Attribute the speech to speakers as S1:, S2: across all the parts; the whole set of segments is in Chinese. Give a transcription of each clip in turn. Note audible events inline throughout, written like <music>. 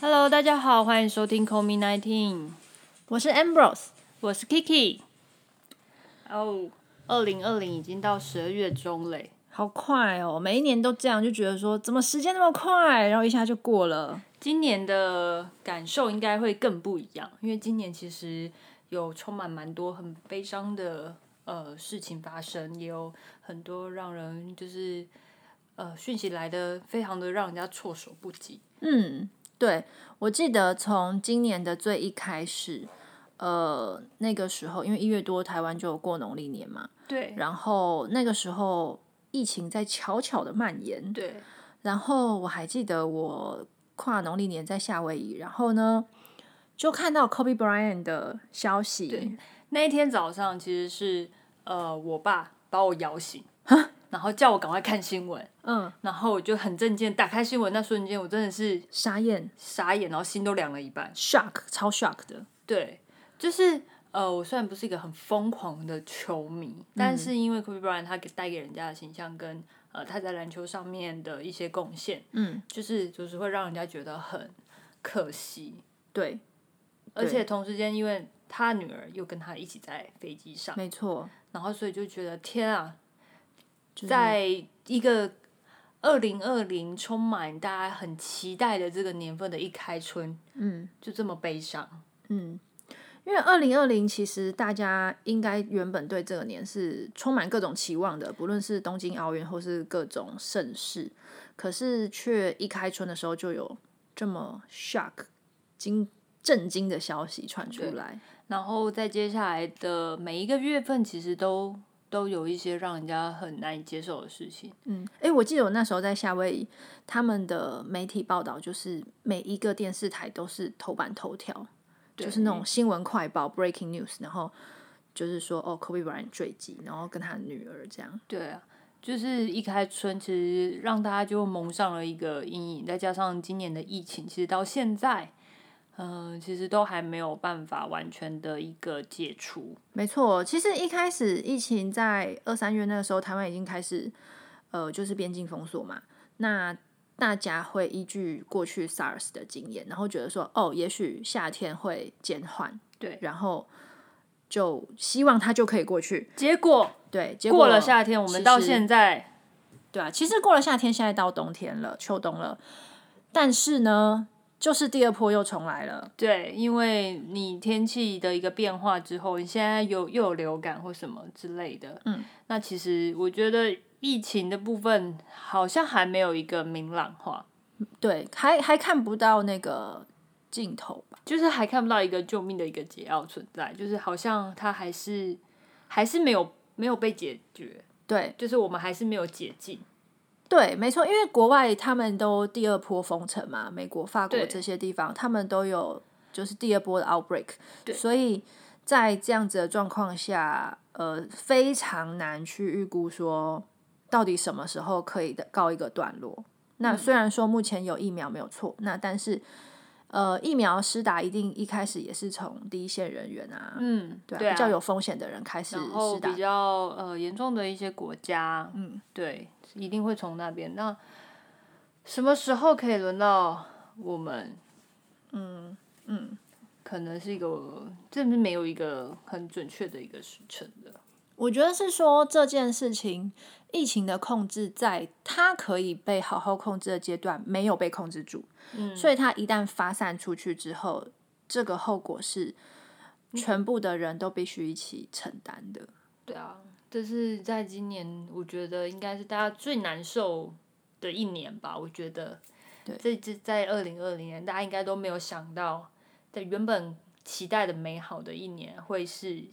S1: Hello，大家好，欢迎收听 Call Me Nineteen，
S2: 我是 Ambrose。
S1: 我是 Kiki。哦，二零二零已经到十二月中嘞，
S2: 好快哦，每一年都这样，就觉得说怎么时间那么快，然后一下就过了。
S1: 今年的感受应该会更不一样，因为今年其实有充满蛮多很悲伤的呃事情发生，也有很多让人就是呃讯息来的非常的让人家措手不及。
S2: 嗯，对，我记得从今年的最一开始，呃，那个时候因为一月多台湾就有过农历年嘛，
S1: 对
S2: 然后那个时候疫情在悄悄的蔓延，
S1: 对，
S2: 然后我还记得我跨农历年在夏威夷，然后呢就看到 Kobe Bryant 的消息
S1: 对，那一天早上其实是呃我爸把我摇醒，然后叫我赶快看新闻，
S2: 嗯，
S1: 然后我就很震惊，打开新闻那瞬间我真的是
S2: 傻眼
S1: 傻眼，然后心都凉了一半。
S2: ，shock，超 shock 的，
S1: 对，就是呃，我虽然不是一个很疯狂的球迷，
S2: 嗯
S1: 但是因为 Kobe Bryant 他给带给人家的形象跟呃他在篮球上面的一些贡献，
S2: 嗯，
S1: 就是就是会让人家觉得很可惜，
S2: 对，
S1: 而且同时间因为他女儿又跟他一起在飞机上，
S2: 没错，
S1: 然后所以就觉得天啊，
S2: 就是
S1: 在一个二零二零充满大家很期待的这个年份的一开春，
S2: 嗯
S1: 就这么悲伤。
S2: 嗯，因为二零二零其实大家应该原本对这个年是充满各种期望的，不论是东京奥运或是各种盛事，可是却一开春的时候就有这么 shock 惊震惊的消息传出来。
S1: 然后在接下来的每一个月份，其实都都有一些让人家很难以接受的事情。
S2: 嗯，诶，我记得我那时候在夏威夷，他们的媒体报道就是每一个电视台都是头版头条，就是那种新闻快报 （breaking news），然后就是说哦，Kobe Bryant 坠机，然后跟他女儿这样。
S1: 对啊，就是一开春，其实让大家就蒙上了一个阴影，再加上今年的疫情，其实到现在，嗯、其实都还没有办法完全的一个解除。
S2: 没错，其实一开始疫情在二三月那个时候，台湾已经开始呃，就是边境封锁嘛。那大家会依据过去 SARS 的经验，然后觉得说哦，也许夏天会减缓，
S1: 对
S2: 然后就希望它就可以过去。
S1: 结果
S2: 对，结果
S1: 过了夏天，我
S2: 其
S1: 们
S2: 实
S1: 到现在
S2: 对啊，其实过了夏天，现在到冬天了，秋冬了，但是呢，就是第二波又重来了。
S1: 对，因为你天气的一个变化之后，你现在有又有流感或什么之类的，
S2: 嗯，
S1: 那其实我觉得疫情的部分好像还没有一个明朗化，
S2: 对，还还看不到那个尽头吧？
S1: 就是还看不到一个救命的一个解药存在，就是好像它还是还是没有没有被解决，
S2: 对
S1: 就是我们还是没有解禁，
S2: 对，没错，因为国外他们都第二波封城嘛，美国、法国
S1: 对
S2: 这些地方，他们都有就是第二波的 outbreak，
S1: 对
S2: 所以在这样子的状况下，呃，非常难去预估说到底什么时候可以的告一个段落。
S1: 嗯
S2: 那虽然说目前有疫苗没有错，那但是呃，疫苗施打一定一开始也是从第一线人员啊，
S1: 嗯，
S2: 对啊，
S1: 对啊
S2: 比较有风险嗯的人开始
S1: 然后
S2: 施打
S1: 比较呃严重的一些国家，
S2: 嗯，
S1: 对，一定会从那边。那什么时候可以轮到我们？嗯嗯，可能是一个，这是没有一个很准确的一个时辰的。
S2: 我觉得是说这件事情，疫情的控制在它可以被好好控制的阶段没有被控制住，
S1: 嗯
S2: 所以它一旦发散出去之后，这个后果是
S1: 嗯
S2: 全部的人都必须一起承担的。
S1: 对啊，这是在今年，我觉得应该是大家最难受的一年吧。我觉得，
S2: 对
S1: 这这在二零二零年，大家应该都没有想到，在原本期待的美好的一年，会是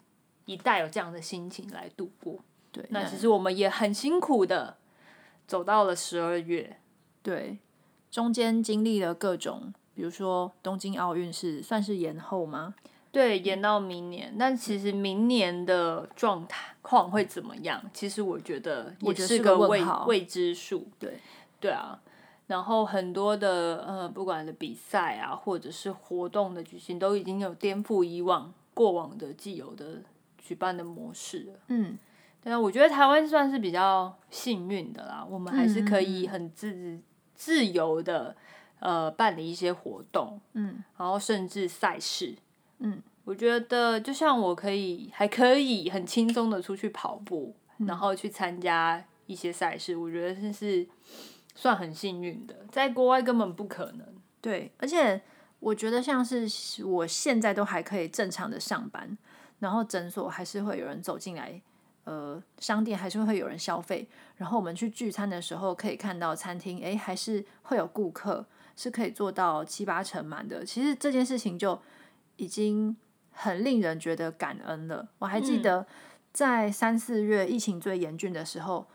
S1: 一带有这样的心情来度过。
S2: 对，
S1: 那其实我们也很辛苦的走到了十二月，
S2: 对中间经历了各种，比如说东京奥运是算是延后吗？
S1: 对，延到明年。但其实明年的状态况会怎么样？其实我觉得
S2: 我
S1: 也
S2: 觉得
S1: 是
S2: 是个问
S1: 未
S2: 号
S1: 未知数。
S2: 对，
S1: 对啊。然后很多的呃，不管的比赛啊，或者是活动的举行，都已经有颠覆以往过往的既有的举办的模式了。
S2: 嗯，
S1: 对啊，我觉得台湾算是嗯比较幸运的啦，我们还是可以很自、自由的呃办理一些活动，嗯，然后甚至赛事，嗯，我觉得就像我可以还可以很轻松的出去跑步，然后去参加一些赛事，我觉得这是算很幸运的，在国外根本不可能。
S2: 对，而且我觉得像是我现在都还可以正常的上班，然后诊所还是会有人走进来，呃，商店还是会有人消费，然后我们去聚餐的时候可以看到餐厅，诶，还是会有顾客，是可以做到七八成满的。其实这件事情就已经很令人觉得感恩了。我还记得在三四月疫情最严峻的时候，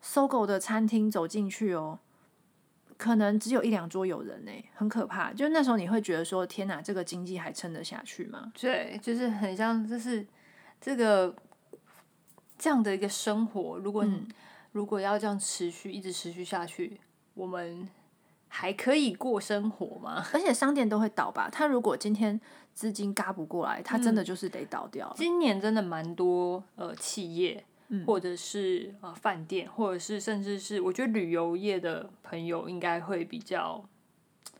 S2: 搜狗的餐厅走进去哦，可能只有一两桌有人呢、很可怕。就那时候你会觉得说，天哪，这个经济还撑得下去吗？
S1: 对，就是很像，就是这个这样的一个生活，如果、
S2: 嗯
S1: 如果要这样持续一直持续下去，我们还可以过生活吗？
S2: 而且商店都会倒吧？他如果今天资金嘎不过来，他真的就是得倒掉了。
S1: 今年真的蛮多呃企业，
S2: 嗯
S1: 或者是呃饭店，或者是甚至是我觉得旅游业的朋友应该会比较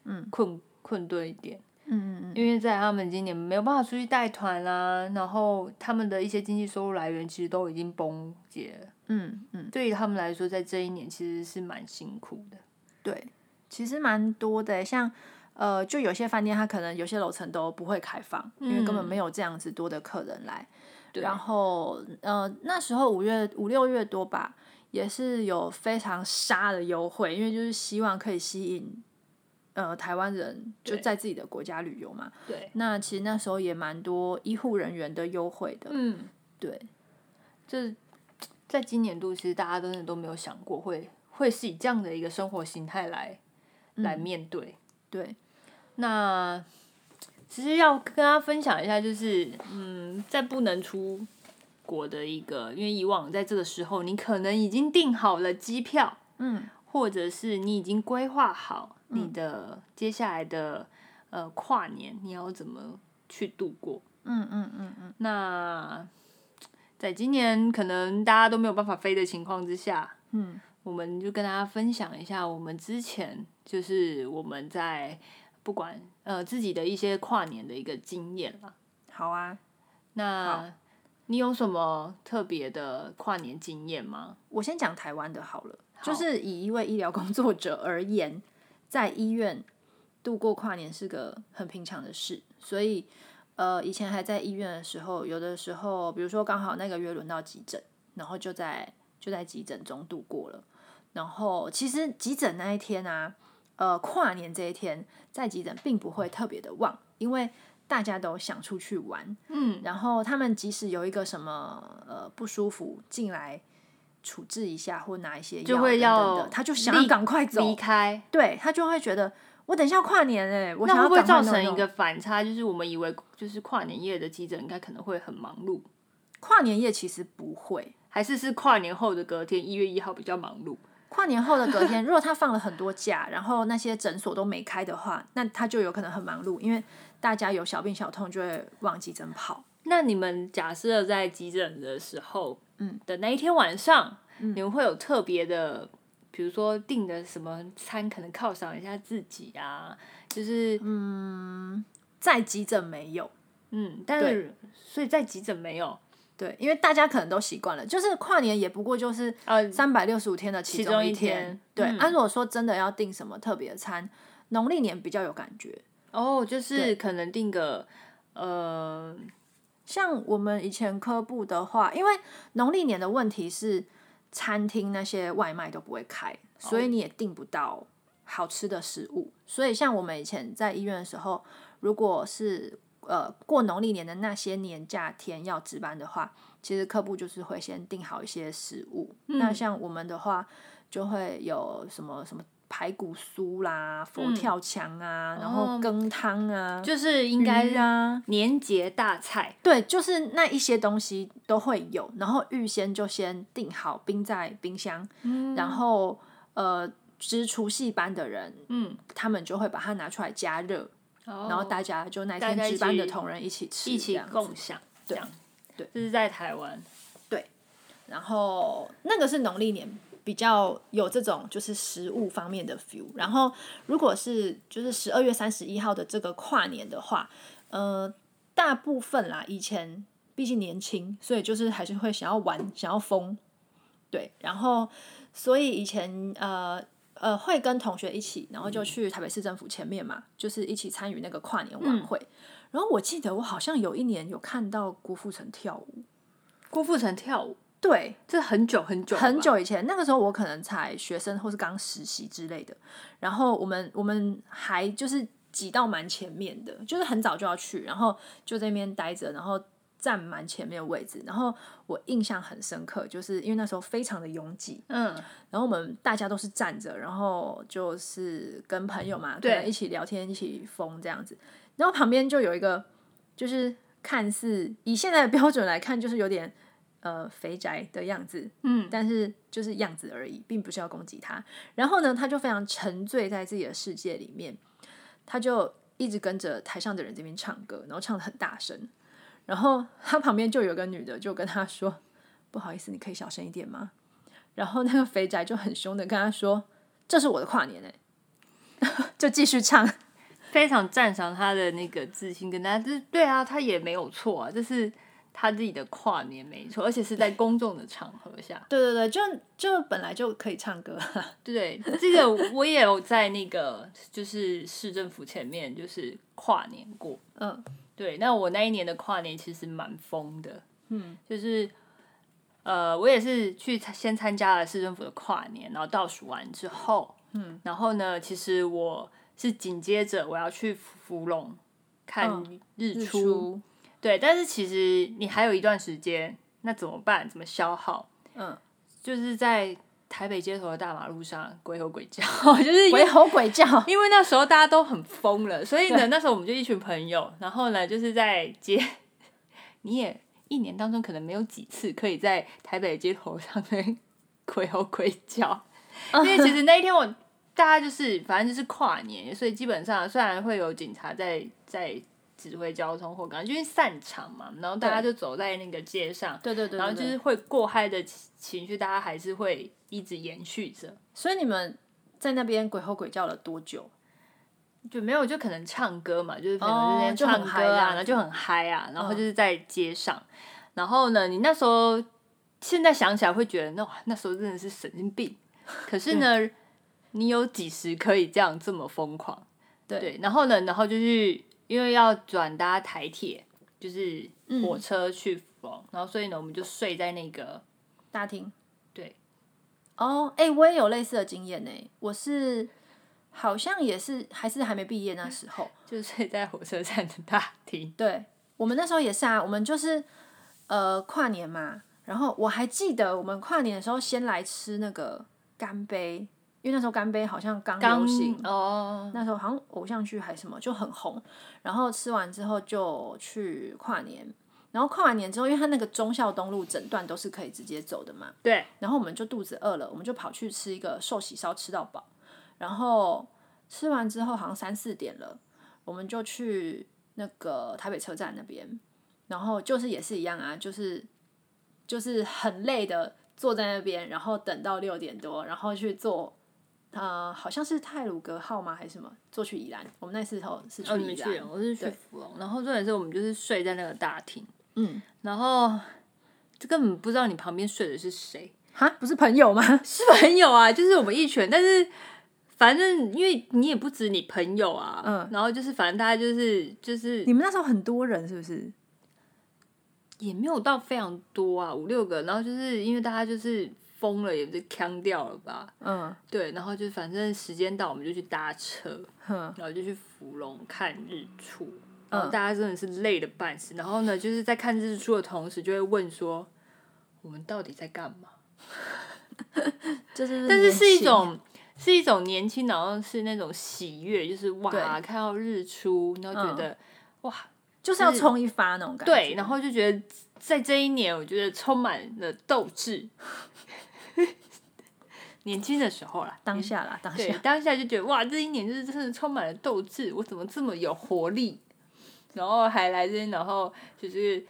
S1: 嗯困困顿一点。
S2: 嗯嗯嗯，
S1: 因为在他们今年没有办法出去带团啦、然后他们的一些经济收入来源其实都已经崩解了，
S2: 嗯嗯，
S1: 对于他们来说，在这一年其实是蛮辛苦的。
S2: 对，其实蛮多的欸，像呃，就有些饭店它可能有些楼层都不会开放，因为根本没有这样子多的客人来。
S1: 对
S2: 然后呃，那时候五月五六月多吧，也是有非常杀的优惠，因为就是希望可以吸引呃台湾人就
S1: 对
S2: 在自己的国家旅游嘛。
S1: 对，
S2: 那其实那时候也蛮多医护人员的优惠的，
S1: 嗯，
S2: 对，
S1: 就是在今年度，其实大家真的都没有想过会会是以这样的一个生活形态来、来面对。
S2: 嗯对，
S1: 那其实要跟大家分享一下，就是嗯，在不能出国的一个，因为以往在这个时候，你可能已经订好了机票，
S2: 嗯，
S1: 或者是你已经规划好你的接下来的、呃跨年你要怎么去度过。
S2: 嗯嗯嗯嗯，
S1: 那在今年可能大家都没有办法飞的情况之下，
S2: 嗯，
S1: 我们就跟大家分享一下我们之前就是我们在不管呃自己的一些跨年的一个经验啦。
S2: 好啊，
S1: 那你有什么特别的跨年经验吗？
S2: 我先讲台湾的好了，
S1: 好
S2: 就是以一位医疗工作者而言，在医院度过跨年是个很平常的事，所以呃，以前还在医院的时候，有的时候，比如说刚好那个月轮到急诊，然后就在就在急诊中度过了。然后其实急诊那一天啊，呃，跨年这一天在急诊并不会特别的旺，因为大家都想出去玩，
S1: 嗯，
S2: 然后他们即使有一个什么呃不舒服进来处置一下或拿一些药
S1: 就会
S2: 等等
S1: 要
S2: 的，他就想要赶快
S1: 离
S2: 走，
S1: 开。
S2: 对他就会觉得我等一下要跨年哎、我想
S1: 那会
S2: 要
S1: 不会
S2: 赶快
S1: 造
S2: 弄
S1: 成一
S2: 弄
S1: 个反差？就是我们以为就是跨年夜的急诊应该可能会很忙碌，
S2: 跨年夜其实不会，
S1: 还是是跨年后的隔天一月一号比较忙碌？
S2: 跨年后的
S1: <laughs>
S2: 隔天，如果他放了很多假，然后那些诊所都没开的话，那他就有可能很忙碌，因为大家有小病小痛就会往急诊跑。
S1: 那你们假设在急诊的时候，嗯，的那一天晚上，
S2: 嗯
S1: 你们会有特别的，比如说订的什么餐，可能犒赏一下自己啊，就是嗯
S2: 在急诊没有，
S1: 嗯但是所以在急诊没有，
S2: 对，因为大家可能都习惯了，就是跨年也不过就是
S1: 呃，
S2: 三百六十五天的其
S1: 中
S2: 一
S1: 一天
S2: 对，
S1: 嗯
S2: 啊，如果说真的要订什么特别的餐，农历年比较有感觉。
S1: 哦，就是可能订个呃，
S2: 像我们以前科部的话，因为农历年的问题是餐厅那些外卖都不会开，所
S1: 哦
S2: 以你也订不到好吃的食物。所以像我们以前在医院的时候，如果是呃过农历年的那些年假天要值班的话，其实科部就是会先订好一些食物。那
S1: 嗯
S2: 像我们的话，就会有什么什么排骨酥啦、佛跳墙啊，然后羹汤啊，
S1: 嗯哦就是应该
S2: 鱼啊。
S1: 年节大菜，
S2: 对，就是那一些东西都会有，然后预先就先定好，冰在冰箱，然后呃，知厨系班的人，
S1: 嗯，
S2: 他们就会把它拿出来加热，
S1: 然
S2: 然后大家就那
S1: 哦大
S2: 天
S1: 家一
S2: 值班的
S1: 起
S2: 同仁一起吃，
S1: 一起
S2: 哦这样子
S1: 共享，这样，对，这是在台湾，
S2: 然后那个是农历年比较有这种就是食物方面的 feel。然后如果是就是十二月三十一号的这个跨年的话，呃，大部分啦，以前毕竟年轻，所以就是还是会想要玩，想要疯，对。然后所以以前呃呃会跟同学一起，然后就去台北市政府前面嘛，就是一起参与那个跨年晚会。然后我记得我好像有一年有看到郭富城跳舞，
S1: 郭富城跳舞，
S2: 对，
S1: 这很久很久了
S2: 很
S1: 吧，
S2: 久以前，那个时候我可能才学生或是刚实习之类的。然后我们我们还就是挤到蛮前面的，就是很早就要去，然后就在那边待着，然后站蛮前面的位置。然后我印象很深刻，就是因为那时候非常的拥挤，
S1: 嗯，
S2: 然后我们大家都是站着，然后就是跟朋友嘛，
S1: 嗯
S2: 可
S1: 对
S2: 能一起聊天，一起疯这样子。然后旁边就有一个，就是看似以现在的标准来看，就是有点呃肥宅的样子，
S1: 嗯，
S2: 但是就是样子而已，并不是要攻击他。然后呢，他就非常沉醉在自己的世界里面，他就一直跟着台上的人这边唱歌，然后唱的很大声。然后他旁边就有个女的就跟他说：“不好意思，你可以小声一点吗？”然后那个肥宅就很凶的跟他说：“这是我的跨年哎、 <laughs> 就继续唱。
S1: 非常赞赏他的那个自信跟他，就是对啊，他也没有错啊，这是他自己的跨年没错，而且是在公众的场合下。
S2: 对对对，就就本来就可以唱歌。
S1: 对，这个我也有在那个就是市政府前面就是跨年过。
S2: 嗯，
S1: 对，那我那一年的跨年其实蛮疯的，嗯，就是呃，我也是去参先参加了市政府的跨年，然后倒数完之后，嗯，然后呢，其实我是紧接着我要去芙蓉看
S2: 嗯
S1: 日出，对，但是其实你还有一段时间，那怎么办？怎么消耗？
S2: 嗯，
S1: 就是在台北街头的大马路上鬼吼鬼叫， <laughs> 就是因为
S2: <laughs> 鬼吼鬼叫。
S1: 因为那时候大家都很疯了，所以呢，那时候我们就一群朋友，然后呢，就是在街， <laughs> 你也一年当中可能没有几次可以在台北街头上面 <laughs> 鬼吼鬼叫，
S2: <laughs>
S1: 因为其实那一天我大家就是反正就是跨年，所以基本上虽然会有警察在在指挥交通或干嘛，就是散场嘛，然后大家就走在那个街上，
S2: 对对对对
S1: 然后就
S2: 对
S1: 是会过嗨的情情绪，大家还是会一直延续着。
S2: 所以你们在那边鬼吼鬼叫了多久？
S1: 就没有，就可能唱歌嘛，就是朋
S2: 哦
S1: 友之间
S2: 就
S1: 唱
S2: 很
S1: 歌啊，
S2: 嗨这样
S1: 然后就很嗨啊，然后
S2: 嗯
S1: 就是在街上，然后呢，你那时候现在想起来会觉得，那那时候真的是神经病，可是呢，你有几时可以这样这么疯狂？
S2: 对
S1: 然后呢，然后就是因为要转搭台铁，就是火车去芙蓉，然后所以呢，我们就睡在那个
S2: 大厅。
S1: 对。
S2: 哦，哎，我也有类似的经验呢。欸我是好像也是还是还没毕业那时候，
S1: 就睡在火车站的大厅，
S2: 对我们那时候也是啊，我们就是呃跨年嘛，然后我还记得我们跨年的时候先来吃那个干杯，因为那时候干杯好像刚流行，
S1: 哦，
S2: 那时候好像偶像剧还是什么就很红，然后吃完之后就去跨年，然后跨完年之后，因为它那个忠孝东路整段都是可以直接走的嘛，
S1: 对，
S2: 然后我们就肚子饿了，我们就跑去吃一个寿喜烧，吃到饱。然后吃完之后好像三四点了，我们就去那个台北车站那边，然后就是也是一样啊，就是就是很累的坐在那边，然后等到六点多，然后去坐。呃，好像是泰鲁格号吗？还是什么？坐去宜兰，我们那时候是去
S1: 哦，你
S2: 宜
S1: 们去
S2: 兰，
S1: 了，我是去芙蓉，然后重点是我们就是睡在那个大厅，
S2: 嗯，
S1: 然后就根本不知道你旁边睡的是谁，
S2: 哈，不是朋友吗？ <laughs>
S1: 是朋友啊，就是我们一群，但是反正因为你也不止你朋友啊，
S2: 嗯
S1: 然后就是反正大家就是就是
S2: 你们那时候很多人是不是？
S1: 也没有到非常多啊，五六个，然后就是因为大家就是疯了，也不是腔掉了吧，
S2: 嗯
S1: 对，然后就反正时间到我们就去搭车，
S2: 哼，
S1: 然后就去芙蓉看日出，然后大家真的是累得半死。然后呢，就是在看日出的同时，就会问说，我们到底在干嘛？
S2: 就是
S1: 但是
S2: 年
S1: 是一
S2: 轻
S1: 种是一种年轻，然后是那种喜悦，就是
S2: 对
S1: 哇，看到日出，然后觉
S2: 嗯
S1: 得、哇，
S2: 就是要冲一发那种感觉。
S1: 对，然后就觉得在这一年，我觉得充满了斗志。 <laughs> 年轻的时候啦，
S2: 当下啦，当
S1: 对
S2: <laughs> 下，
S1: 当下就觉得哇，这一年就是真的充满了斗志，我怎么这么有活力？然后还来这边，然后就是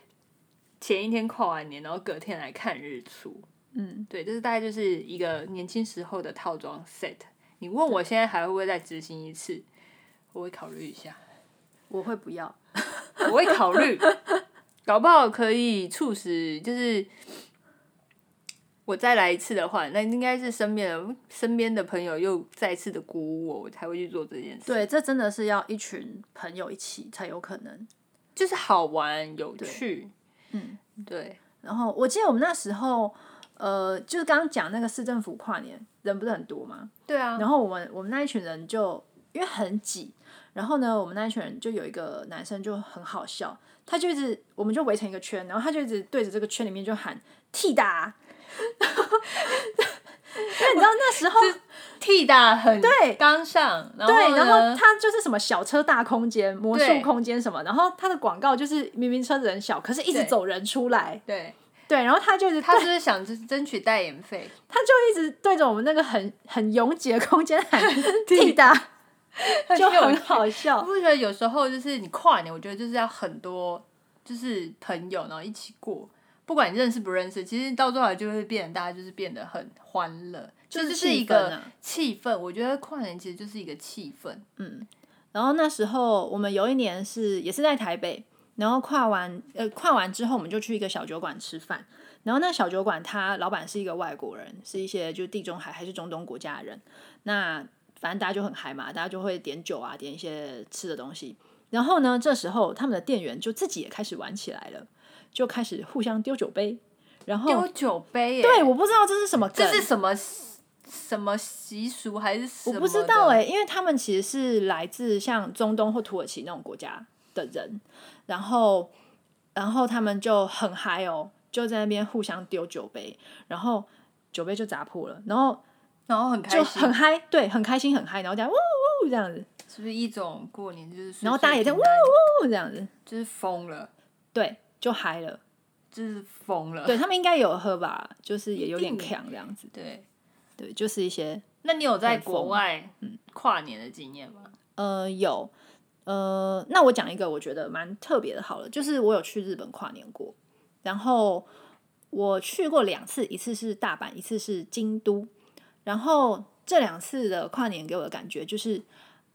S1: 前一天跨完年，然后隔天来看日出，嗯，对，就是大概就是一个年轻时候的套装 set。你问我现在还会不会再执行一次？我会考虑一下，
S2: 我会不要。
S1: 我会考虑，搞不好可以促使，就是我再来一次的话，那应该是身边的身边的朋友又再次的鼓舞我，我才会去做这件事。
S2: 对，这真的是要一群朋友一起才有可能。
S1: 就是好玩有趣，嗯，对，
S2: 然后我记得我们那时候，呃，就是刚刚讲那个市政府跨年，人不是很多吗？
S1: 对啊，
S2: 然后我们我们那一群人就因为很挤，然后呢，我们那一群人就有一个男生就很好笑，他就一直我们就围成一个圈，然后他就一直对着这个圈里面就喊替打， <laughs> 因为你知道那时候
S1: 替打很
S2: 对
S1: 刚上，然后
S2: 对，然后
S1: 呢
S2: 它就是什么小车大空间、魔术
S1: 对
S2: 空间什么，然后它的广告就是明明车子很小，可是一直
S1: 对
S2: 走人出来，
S1: 对，
S2: 对，然后他就一直
S1: 他就是想争争取代言
S2: <laughs>
S1: 费，
S2: 他就一直对着我们那个很很拥挤的空间
S1: <laughs>
S2: 喊 <laughs> 替打，就很好
S1: 我
S2: 笑。
S1: 不觉得有时候就是你跨年，我觉得就是要很多就是朋友，然后一起过，不管你认识不认识，其实到最后就会变，大家就是变得很欢乐，
S2: 就
S1: 就是是一
S2: 气氛啊
S1: 个气氛。我觉得跨年其实就是一个气氛，
S2: 然后那时候我们有一年是也是在台北，然后跨完呃跨完之后，我们就去一个小酒馆吃饭。然后那小酒馆他老板是一个外国人，是一些就地中海还是中东国家的人。那反正大家就很嗨嘛，大家就会点酒啊，点一些吃的东西。然后呢，这时候他们的店员就自己也开始玩起来了，就开始互相丢酒杯。然后
S1: 丢酒杯、欸，
S2: 对，，我不知道这是什么梗，
S1: 这是什么什么习俗还是什
S2: 我
S1: 么的？
S2: 不知道哎、因为他们其实是来自像中东或土耳其那种国家的人，然后然后他们就很嗨哦，就在那边互相丢酒杯，然后酒杯就砸破了，然后
S1: 然后很开
S2: 就
S1: 心，
S2: 很嗨，对，很开心很嗨，然后这样呜呜这样子，
S1: 是不是一种过年就是？
S2: 然后大家也在哦
S1: 在
S2: 呜呜这样子，
S1: 就是疯了，
S2: 对，就嗨了。
S1: 就是疯了，
S2: 对他们应该有喝吧，就是也有点
S1: 一定
S2: 强这样子，
S1: <laughs> 对。
S2: 对，就是一些
S1: 那你有在
S2: 很
S1: 国
S2: 疯嗯
S1: 外跨年的经验吗？
S2: 呃，有，呃，那我讲一个我觉得蛮特别的，好了，就是我有去日本跨年过，然后我去过两次，一次是大阪，一次是京都，然后这两次的跨年给我的感觉就是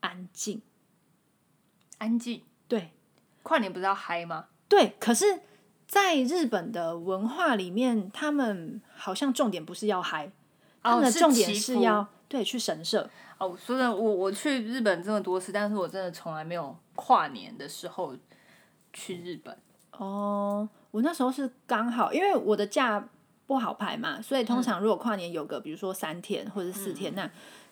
S2: 安静，
S1: 安静，
S2: 对
S1: 跨年不是要嗨吗？
S2: 对，可是在日本的文化里面，他们好像重点不是要嗨，他们的重点是要、对去神社，
S1: 哦。说真的，我我去日本这么多次，但是我真的从来没有跨年的时候去日本。
S2: 哦，我那时候是刚好，因为我的假不好排嘛，所以通常如果跨年有个比如说三天或者四天，那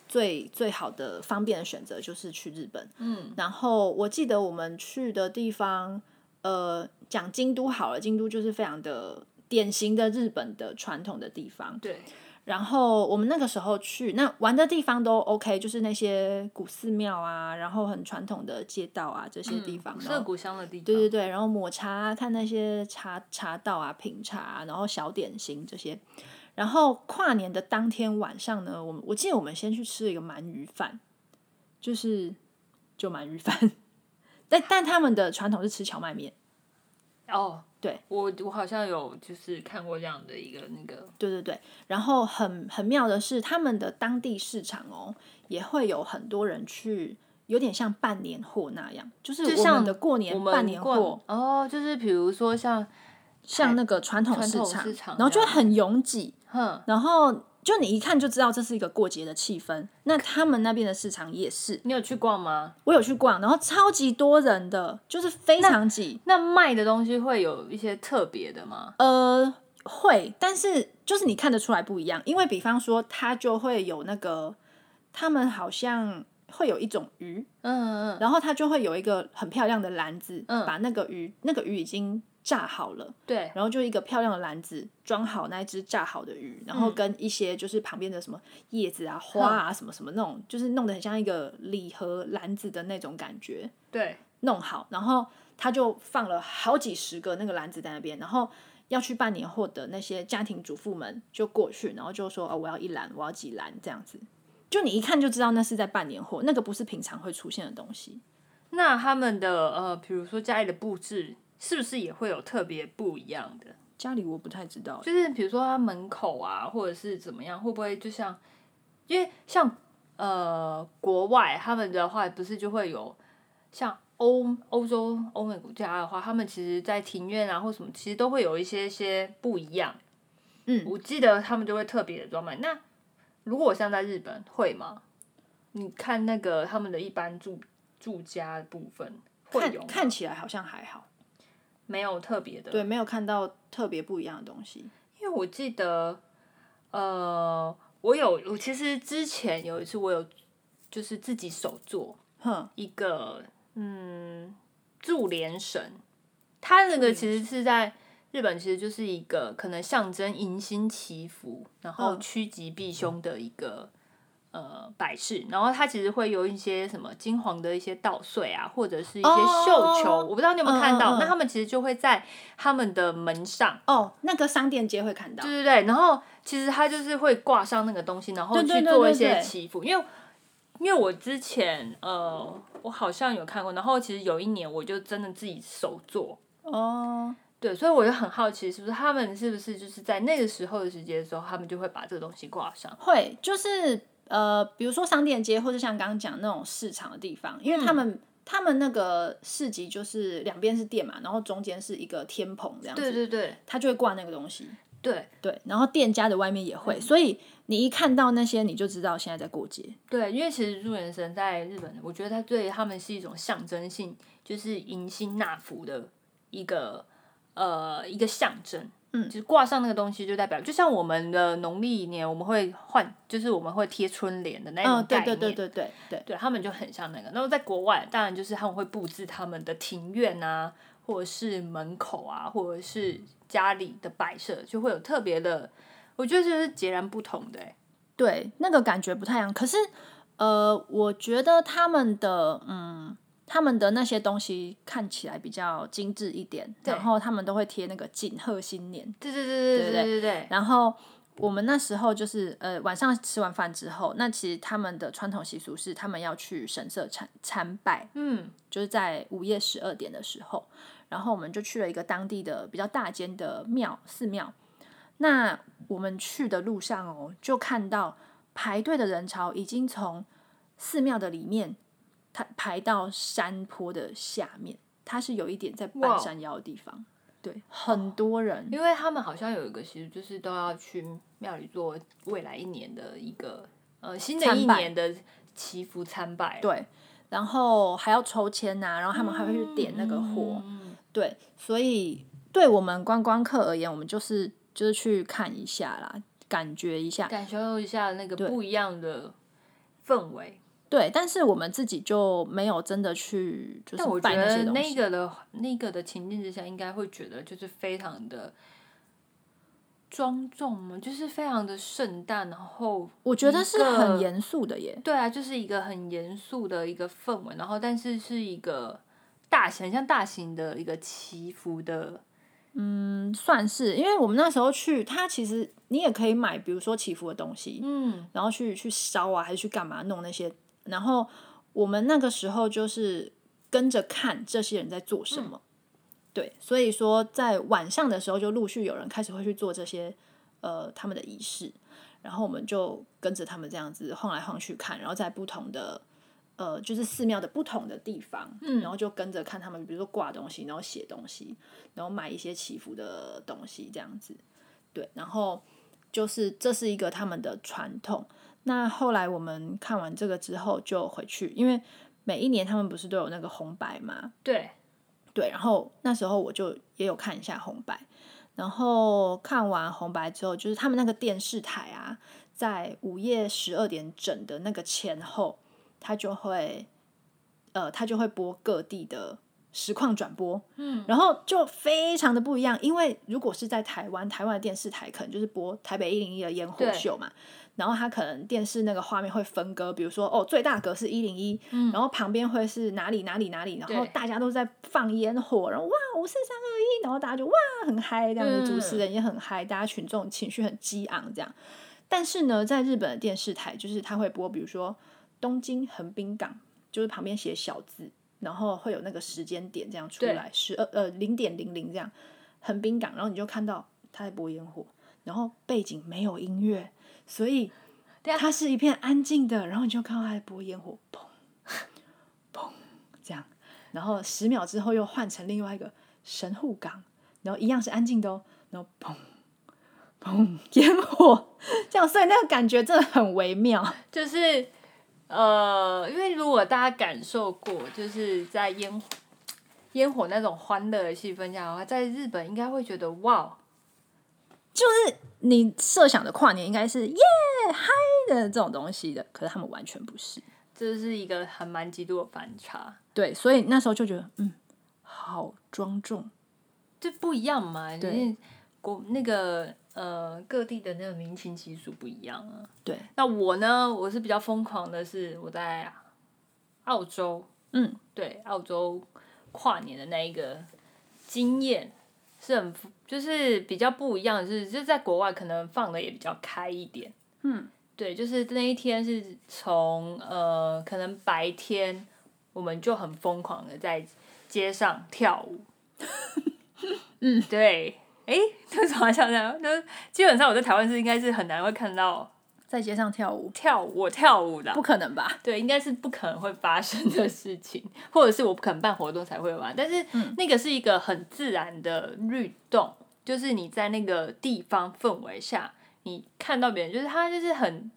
S2: 最最好的方便的选择就是去日本。嗯，然后我记得我们去的地方，呃，讲京都好了，京都就是非常的典型的日本的传统的地方。
S1: 对，
S2: 然后我们那个时候去，那玩的地方都 OK，就是那些古寺庙啊，然后很传统的街道啊这些地方，然
S1: 涩
S2: 后
S1: 谷乡的地方，
S2: 对对对，然后抹茶啊，看那些茶茶道啊、品茶啊、然后小点心这些。然后跨年的当天晚上呢，我们我记得我们先去吃了一个鳗鱼饭，就是就鳗鱼饭， <laughs> 但但他们的传统是吃荞麦面。
S1: 哦，
S2: 对
S1: 我我好像有就是看过这样的一个那个，
S2: 对对对，然后很很妙的是，他们的当地市场哦，也会有很多人去，有点像办年货那样，就是
S1: 就
S2: 我
S1: 像
S2: 们的过年
S1: 我们
S2: 办年货
S1: 逛，哦，就是比如说像，
S2: 像那个传统
S1: 传
S2: 市
S1: 统
S2: 场，
S1: 市场
S2: 然后
S1: 这
S2: 就会
S1: 样
S2: 很拥挤，
S1: 哼，
S2: 然后就你一看就知道这是一个过节的气氛。那他们那边的市场也是，
S1: 你有去逛吗？
S2: 我有去逛，然后超级多人的，就是非常挤。
S1: 那卖的东西会有一些特别的吗？
S2: 呃，会，但是就是你看得出来不一样，因为比方说它就会有那个，他们好像会有一种鱼，
S1: 嗯嗯嗯，
S2: 然后它就会有一个很漂亮的篮子，
S1: 嗯
S2: 把那个鱼，那个鱼已经炸好了。
S1: 对，
S2: 然后就一个漂亮的篮子装好那一只炸好的鱼，然后跟一些就是旁边的什么叶子啊、花啊什么什么那种，就是弄得很像一个礼盒篮子的那种感觉，
S1: 对，
S2: 弄好，然后他就放了好几十个那个篮子在那边，然后要去办年货的那些家庭主妇们就过去，然后就说哦，我要一篮，我要几篮这样子。就你一看就知道那是在办年货，那个不是平常会出现的东西。
S1: 那他们的呃，比如说家里的布置，是不是也会有特别不一样的？
S2: 家里我不太知道，
S1: 就是比如说它门口啊，或者是怎么样，会不会就像，因为像呃国外他们的话，不是就会有像欧欧洲欧美国家的话，他们其实在庭院啊或什么，其实都会有一些些不一样。
S2: 嗯，
S1: 我记得他们就会特别的装扮。那如果像在日本会吗？你看那个他们的一般住住家部分会有
S2: 看看起来好像还好，
S1: 没有特别的？
S2: 对，没有看到特别不一样的东西。
S1: 因为我记得，呃，我有我其实之前有一次我有就是自己手做
S2: 哼，
S1: 一个嗯柱连绳，它那个其实是在日本，其实就是一个可能象征迎新祈福，然后
S2: 嗯
S1: 趋吉避凶的一个。呃，摆饰，然后它其实会有一些什么金黄的一些稻穗啊，或者是一些绣球
S2: 哦
S1: 我不知道你有没有看到。
S2: 嗯嗯嗯
S1: 那他们其实就会在他们的门上，
S2: 哦，那个商店街会看到，
S1: 对对对，然后其实他就是会挂上那个东西，然后
S2: 对对
S1: 去
S2: 对
S1: 做
S2: 对
S1: 一些
S2: 对
S1: 祈福，因为因为我之前呃，我好像有看过，然后其实有一年我就真的自己手做，
S2: 哦，
S1: 对，所以我就很好奇，是不是他们是不是就是在那个时候的时间的时候，他们就会把这个东西挂上？
S2: 会就是呃，比如说商店街，或者像刚刚讲那种市场的地方，因为他
S1: 嗯
S2: 们、他们那个市集就是两边是店嘛，然后中间是一个天棚这样子，
S1: 对对对
S2: 他就会挂那个东西。
S1: 对嗯
S2: 对，然后店家的外面也会，所以你一看到那些，你就知道现在在过节。
S1: 对，因为其实入园神在日本，我觉得它对他们是一种象征性，就是迎新纳福的一个呃一个象征。嗯，就是挂上那个东西，就代表就像我们的农历年，我们会换，就是我们会贴春联的那种
S2: 嗯，
S1: 概
S2: 对
S1: 念。
S2: 对对对对对，
S1: 对他们就很像那个。那么在国外，当然就是他们会布置他们的庭院啊，或者是门口啊，或者是家里的摆设，就会有特别的。我觉得这是截然不同的、欸。
S2: 对，那个感觉不太一样。可是，呃，我觉得他们的嗯，他们的那些东西看起来比较精致一点，
S1: 对
S2: 然后他们都会贴那个锦贺新年。
S1: 对对对对对对对
S2: 然后我们那时候就是呃，晚上吃完饭之后，那其实他们的传统习俗是他们要去神社参参拜，
S1: 嗯，
S2: 就是在午夜十二点的时候，然后我们就去了一个当地的比较大间的庙寺庙。那我们去的路上哦，就看到排队的人潮已经从寺庙的里面，它排到山坡的下面，它是有一点在
S1: 哇哦
S2: 半山腰的地方，对，很多人，
S1: 因为他们好像有一个习俗，就是都要去庙里做未来一年的一个呃新的一
S2: 参拜
S1: 年的祈福参拜。
S2: 对，然后还要抽签呐、然后他们还会去点那个火，
S1: 嗯
S2: 对，所以对我们观光客而言，我们就是就是去看一下啦，感觉一下，
S1: 感受一下那个不一样的氛围。
S2: 对，但是我们自己就没有真的去就
S1: 但我
S2: 是
S1: 觉
S2: 拜那
S1: 得
S2: 些东
S1: 那
S2: 西，
S1: 个的那个的情境之下，应该会觉得就是非常的庄重嘛，就是非常的盛大，然后
S2: 我觉得
S1: 一
S2: 是
S1: 个
S2: 很严肃的耶，
S1: 对啊，就是一个很严肃的一个氛围，然后但是是一个大型，很像大型的一个祈福的，
S2: 嗯，算是，因为我们那时候去，它其实你也可以买，比如说祈福的东西，
S1: 嗯，
S2: 然后去去烧啊，还是去干嘛弄那些。然后我们那个时候就是跟着看这些人在做什么，对，所以说在晚上的时候就陆续有人开始会去做这些呃他们的仪式，然后我们就跟着他们这样子晃来晃去看，然后在不同的。呃，就是寺庙的不同的地方，嗯，然后就跟着看他们，比如说挂东西，然后写东西，然后买一些祈福的东西，这样子，对，然后就是这是一个他们的传统。那后来我们看完这个之后就回去，因为每一年他们不是都有那个红白嘛，
S1: 对，
S2: 对，然后那时候我就也有看一下红白，然后看完红白之后，就是他们那个电视台啊，在午夜十二点整的那个前后，它就会，呃，它就会播各地的实况转播，嗯，然后就非常的不一样，因为如果是在台湾，台湾的电视台可能就是播台北一零一的烟火
S1: 对
S2: 秀嘛，然后它可能电视那个画面会分割，比如说哦，最大格是一零一，然后旁边会是哪里哪里哪里，然后
S1: 对
S2: 大家都在放烟火，然后哇五四三二一，然后大家就哇很嗨，这样子
S1: 嗯
S2: 主持人也很嗨，大家群众情绪很激昂这样。但是呢，在日本的电视台，就是它会播，比如说东京横滨港，就是旁边写小字，然后会有那个时间点这样出来，十二呃零点零零这样，横滨港，然后你就看到他在播烟火，然后背景没有音乐，所以
S1: 对啊
S2: 它是一片安静的，然后你就看到他在播烟火，砰砰这样，然后十秒之后又换成另外一个神户港，然后一样是安静的哦，然后砰砰 <laughs> 烟火，这样，所以那个感觉真的很微妙。
S1: 就是呃，因为如果大家感受过，就是在烟火烟火那种欢乐的气氛下的话，在日本应该会觉得哇，
S2: 你设想的跨年应该是耶嗨的这种东西的，可是他们完全不是。
S1: 这是一个还蛮极度的反差，
S2: 对，所以那时候就觉得，嗯，好庄重。
S1: 就不一样嘛。
S2: 对
S1: 因为国那个呃各地的那个民情习俗不一样啊。
S2: 对，
S1: 那我呢，我是比较疯狂的是我在澳洲，
S2: 嗯，
S1: 对，澳洲跨年的那一个经验是很不，就是比较不一样的是，就是在国外可能放的也比较开一点。
S2: 嗯，
S1: 对，就是那一天是从呃，可能白天我们就很疯狂的在街上跳舞。嗯，对。诶， <laughs> 为什么像这样？就是基本上我在台湾是应该是很难会看到
S2: 在街上跳舞，
S1: 跳舞我跳舞的啊，
S2: 不可能吧？
S1: 对，应该是不可能会发生的事情，或者是我不可能办活动才会玩。但是那个是一个很自然的律动，就是你在那个地方氛围下，你看到别人，就是他就是很，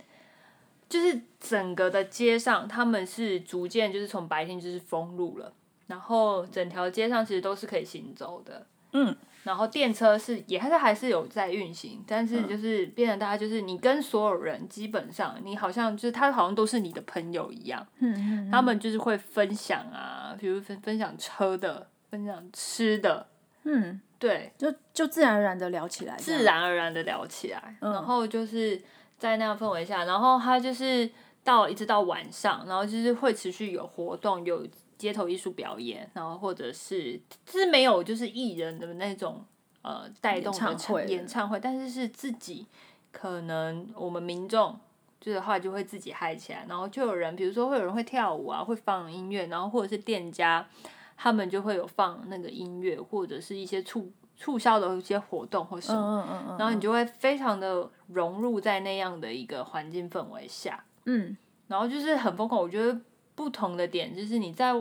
S1: 就是整个的街上，他们是逐渐就是从白天就是封路了，然后整条街上其实都是可以行走的。
S2: 嗯，
S1: 然后电车是也还是还是有在运行，但是就是变成大家就是你跟所有人基本上你好像就是他好像都是你的朋友一样，
S2: 嗯
S1: 他们就是会分享啊，比如分分享车的，分享吃的，
S2: 嗯，
S1: 对，
S2: 就就自然而然的聊起来，
S1: 自。然而然的聊起来，
S2: 嗯
S1: 然后就是在那样氛围下，然后他就是到一直到晚上，然后就是会持续有活动，有街头艺术表演，然后或者是是没有就是艺人的那种呃带动的
S2: 演唱会
S1: 演唱会，但是是自己可能我们民众。就是的话就会自己嗨起来，然后就有人，比如说会有人会跳舞啊，会放音乐，然后或者是店家，他们就会有放那个音乐，或者是一些促促销的一些活动或什
S2: 嗯
S1: 么，
S2: 嗯嗯嗯，
S1: 然后你就会非常的融入在那样的一个环境氛围下，
S2: 嗯，
S1: 然后就是很疯狂。我觉得不同的点就是你在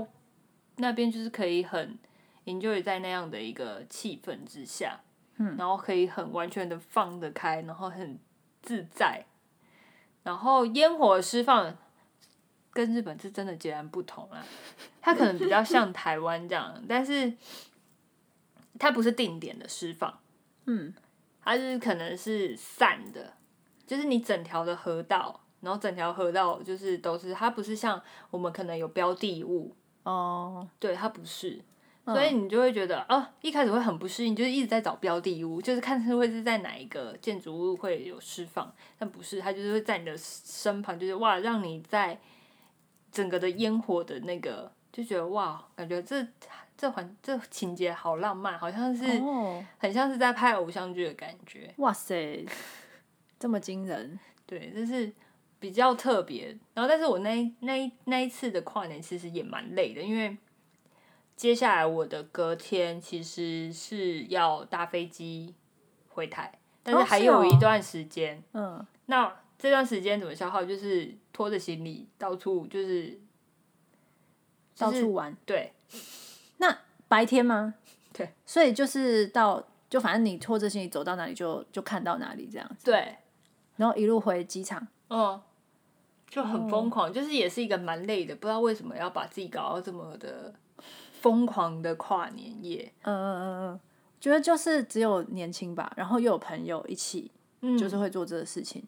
S1: 那边就是可以很 enjoy 在那样的一个气氛之下，嗯，然后可以很完全的放得开，然后很自在，然后烟火释放。跟日本是真的截然不同啊，它可能比较像台湾这样，但是它不是定点的释放，它就是可能是散的，就是你整条的河道，然后整条河道就是都是，它不是像我们可能有标的物，
S2: 哦，
S1: 对，它不是，所以你就会觉得啊、一开始会很不适应，就是一直在找标的物，就是看是会是在哪一个建筑物会有释放，但不是，它就是会在你的身旁，就是哇，让你在整个的烟火的那个就觉得哇，感觉这这环这情节好浪漫，好像是、
S2: 哦，
S1: 很像是在拍偶像剧的感觉。
S2: 哇塞，这么惊人，
S1: 对，这是比较特别。然后，但是我那一那一那一次的跨年其实也蛮累的，因为接下来我的隔天其实是要搭飞机回台，但是
S2: 哦
S1: 还
S2: 是
S1: 有
S2: 哦
S1: 一段时间。
S2: 嗯，
S1: 那这段时间怎么消耗？就是拖着行李到处就是
S2: 到
S1: 就是
S2: 处玩，
S1: 对
S2: 白天吗？
S1: 对，
S2: 所以就是到，就反正你拖着行李走到哪里就就看到哪里这样，
S1: 对，
S2: 然后一路回机场，
S1: 嗯。就很
S2: 哦
S1: 疯狂，就是也是一个蛮累的，不知道为什么要把自己搞到这么的疯狂的跨年夜，
S2: 嗯嗯嗯嗯，觉得就是只有年轻吧，然后又有朋友一起，
S1: 嗯
S2: 就是会做这个事情。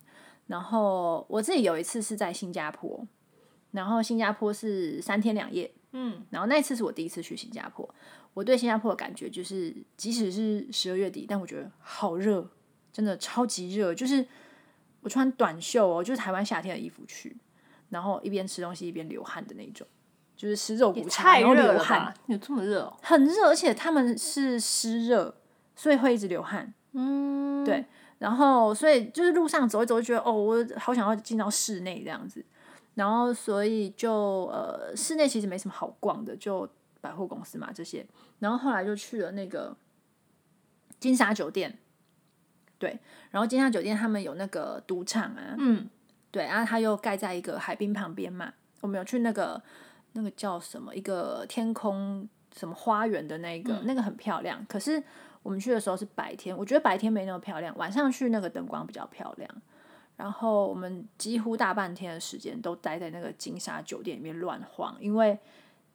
S2: 然后我自己有一次是在新加坡，然后新加坡是三天两夜，
S1: 嗯
S2: 然后那一次是我第一次去新加坡，我对新加坡的感觉就是，即使是十二月底，但我觉得好热，真的超级热，就是我穿短袖哦，就是台湾夏天的衣服去，然后一边吃东西一边流汗的那种，就是湿肉骨茶，
S1: 太
S2: 然后
S1: 热
S2: 流
S1: 了
S2: 汗，
S1: 吧？有这么热、哦？
S2: 很热，而且他们是湿热，所以会一直流汗。
S1: 嗯，
S2: 对然后，所以就是路上走一走，就觉得哦，我好想要进到室内这样子。然后，所以就呃，室内其实没什么好逛的，就百货公司嘛这些。然后后来就去了那个金沙酒店，对，然后金沙酒店他们有那个赌场啊，
S1: 嗯，
S2: 对，然后它又盖在一个海滨旁边嘛。我们有去那个那个叫什么一个天空什么花园的那
S1: 嗯
S2: 个，那个很漂亮。可是我们去的时候是白天，我觉得白天没那么漂亮，晚上去那个灯光比较漂亮。然后我们几乎大半天的时间都待在那个金沙酒店里面乱晃，因为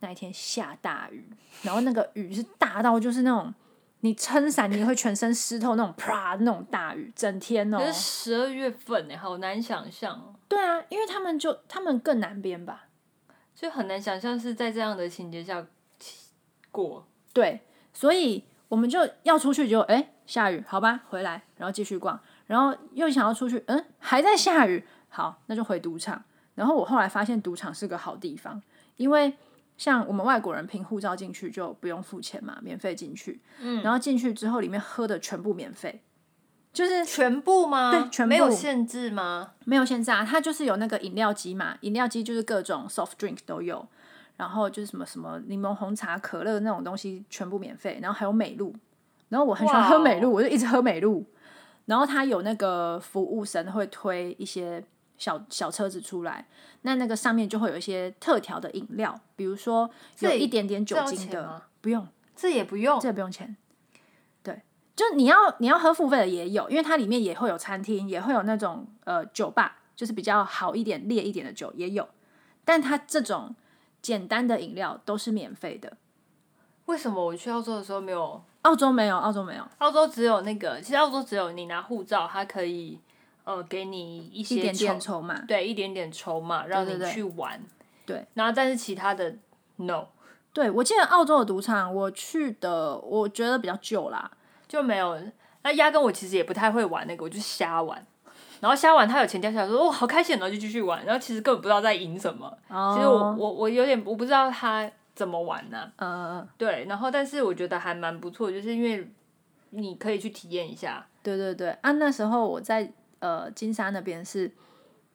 S2: 那一天下大雨，然后那个雨是大到就是那种你撑伞你会全身湿透那种啪那种大雨，整天哦。
S1: 可是十二月份哎，好难想象哦，
S2: 对啊，因为他们就他们更南边吧，
S1: 就很难想象是在这样的情节下过。
S2: 对，所以我们就要出去就，哎下雨，好吧，回来，然后继续逛，然后又想要出去，嗯，还在下雨，好，那就回赌场。然后我后来发现赌场是个好地方，因为像我们外国人凭护照进去就不用付钱嘛，免费进去。嗯，然后进去之后，里面喝的全部免费，就是
S1: 全部吗？
S2: 对全部
S1: 没有限制吗？
S2: 没有现在啊，它就是有那个饮料机嘛，饮料机就是各种 soft drink 都有，然后就是什么什么柠檬红茶、可乐那种东西全部免费，然后还有美露，然后我很喜欢
S1: 哇哦
S2: 喝美露，我就一直喝美露。然后它有那个服务生会推一些小小车子出来，那那个上面就会有一些特调的饮料，比如说有
S1: 这
S2: 一点点酒
S1: 这要
S2: 精
S1: 钱吗
S2: 的，不用，
S1: 这也不用
S2: 这不用钱。对，就你要你要喝付费的也有，因为它里面也会有餐厅，也会有那种呃酒吧，就是比较好一点、烈一点的酒也有。但它这种简单的饮料都是免费的。
S1: 为什么我去澳洲的时候没有？
S2: 澳洲没有，澳洲没有
S1: 澳洲只有那个，其实澳洲只有你拿护照，它可以呃给你一些
S2: 一点点
S1: 筹
S2: 筹码，
S1: 对一点点筹码让
S2: 对
S1: 你
S2: 对
S1: 去玩。
S2: 对，
S1: 然后但是其他的 no
S2: 对我记得澳洲的赌场，我去的我觉得比较旧啦，
S1: 就没有。那压根我其实也不太会玩那个，我就瞎玩。然后瞎玩，他有钱掉下来，说哦好开心，然后就继续玩，然后其实根本不知道在赢什么。其实我
S2: 哦
S1: 我我有点我不知道他怎么玩呢、
S2: 呃，
S1: 对，然后但是我觉得还蛮不错，就是因为你可以去体验一下。
S2: 对对对啊，那时候我在呃金沙那边是，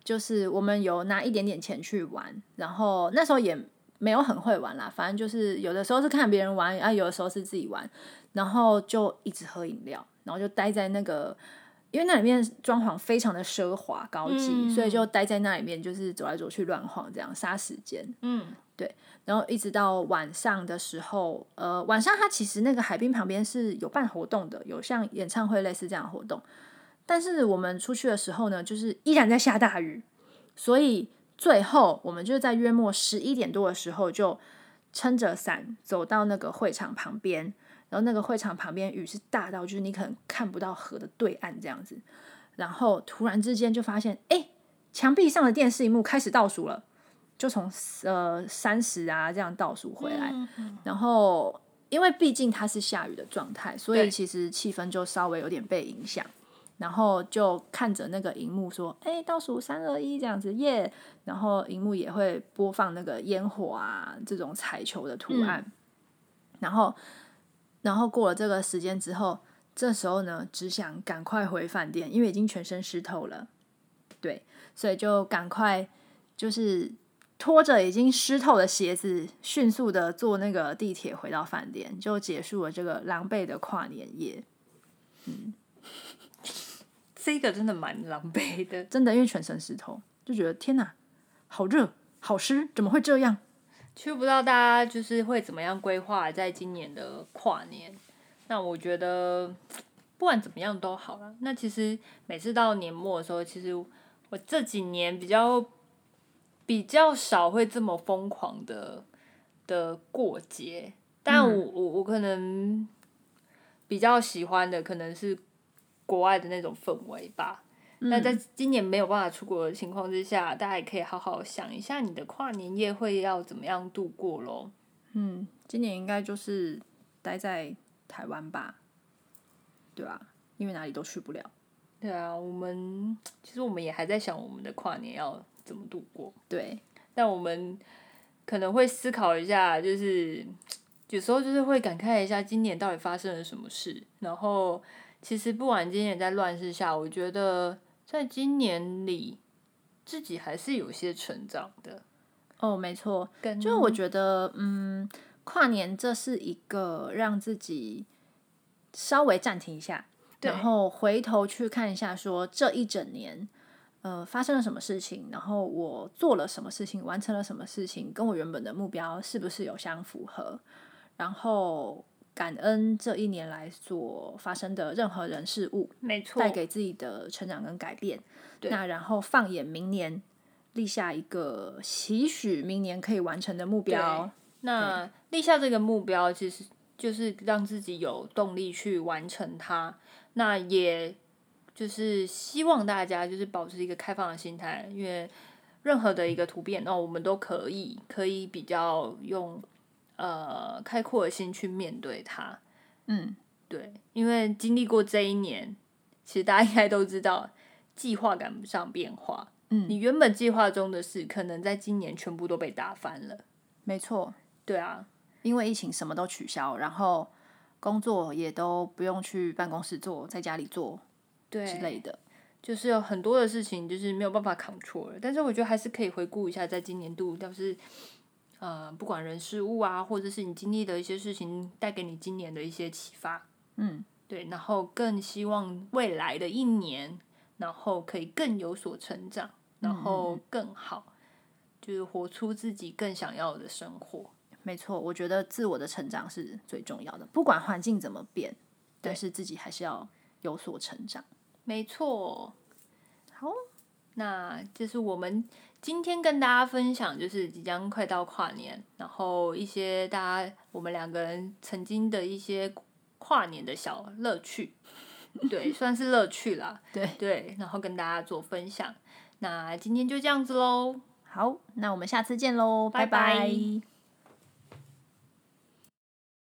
S2: 就是我们有拿一点点钱去玩，然后那时候也没有很会玩啦，反正就是有的时候是看别人玩，啊，有的时候是自己玩，然后就一直喝饮料，然后就待在那个。因为那里面装潢非常的奢华高级，
S1: 嗯
S2: 所以就待在那里面，就是走来走去乱晃，这样杀时间。
S1: 嗯，
S2: 然后一直到晚上的时候，呃，晚上它其实那个海滨旁边是有办活动的，有像演唱会类似这样的活动。但是我们出去的时候呢，就是依然在下大雨，所以最后我们就是在约莫十一点多的时候，就撑着伞走到那个会场旁边，然后那个会场旁边雨是大到就是你可能看不到河的对岸这样子，然后突然之间就发现，哎，墙壁上的电视荧幕开始倒数了，就从呃三十啊这样倒数回来，然后因为毕竟它是下雨的状态，所以
S1: 对
S2: 其实气氛就稍微有点被影响。然后就看着那个荧幕说：“哎、倒数三二一，这样子耶！”然后荧幕也会播放那个烟火啊这种彩球的图案。然后，然后过了这个时间之后，这时候呢，只想赶快回饭店，因为已经全身湿透了。对，所以就赶快就是拖着已经湿透的鞋子，迅速的坐那个地铁回到饭店，就结束了这个狼狈的跨年夜。
S1: 这个真的蛮狼狈的。
S2: 真的，因为全身湿透，就觉得天哪，好热，好湿，怎么会这样？
S1: 其实不知道大家就是会怎么样规划在今年的跨年。那我觉得不管怎么样都好了。那其实每次到年末的时候，其实我这几年比较比较少会这么疯狂的的过节，但我、我我可能比较喜欢的可能是国外的那种氛围吧。那在
S2: 嗯
S1: 今年没有办法出国的情况之下，大家也可以好好想一下你的跨年夜会要怎么样度过咯。
S2: 嗯，今年应该就是待在台湾吧，对吧、因为哪里都去不了。
S1: 对啊，我们其实我们也还在想我们的跨年要怎么度过，
S2: 对，
S1: 但我们可能会思考一下，就是有时候就是会感慨一下今年到底发生了什么事。然后其实不管今年在乱世下，我觉得在今年里自己还是有些成长的。
S2: 哦，没错，
S1: 跟
S2: 就是嗯我觉得，嗯，跨年这是一个让自己稍微暂停一下，
S1: 对
S2: 然后回头去看一下，说这一整年，呃，发生了什么事情，然后我做了什么事情，完成了什么事情，跟我原本的目标是不是有相符合，然后感恩这一年来所发生的任何人事物，
S1: 没错
S2: 带给自己的成长跟改变。
S1: 对
S2: 那然后放眼明年，立下一个期许明年可以完成的目标。
S1: 那立下这个目标，其实就是让自己有动力去完成它。那也就是希望大家就是保持一个开放的心态，因为任何的一个突变，那我们都可以可以比较用呃开阔的心去面对它。
S2: 嗯，
S1: 对，因为经历过这一年，其实大家应该都知道，计划赶不上变化。
S2: 嗯
S1: 你原本计划中的事，可能在今年全部都被打翻了。
S2: 没错，
S1: 对啊，
S2: 因为疫情什么都取消，然后工作也都不用去办公室做，在家里做
S1: 对
S2: 之类的。
S1: 就是有很多的事情就是没有办法 control 了，但是我觉得还是可以回顾一下，在今年度要是呃不管人事物啊，或者是你经历的一些事情，带给你今年的一些启发，
S2: 嗯，
S1: 对，然后更希望未来的一年，然后可以更有所成长，然后更好，就是活出自己更想要的生活。
S2: 没错，我觉得自我的成长是最重要的，不管环境怎么变，但是自己还是要有所成长。
S1: 没错，
S2: 好，
S1: 那这是我们今天跟大家分享，就是即将快到跨年，然后一些大家我们两个人曾经的一些跨年的小乐趣，对，算是乐趣啦，
S2: 对
S1: 对，然后跟大家做分享。那今天就这样子喽，
S2: 好，那我们下次见喽，拜
S1: 拜
S2: 拜
S1: 拜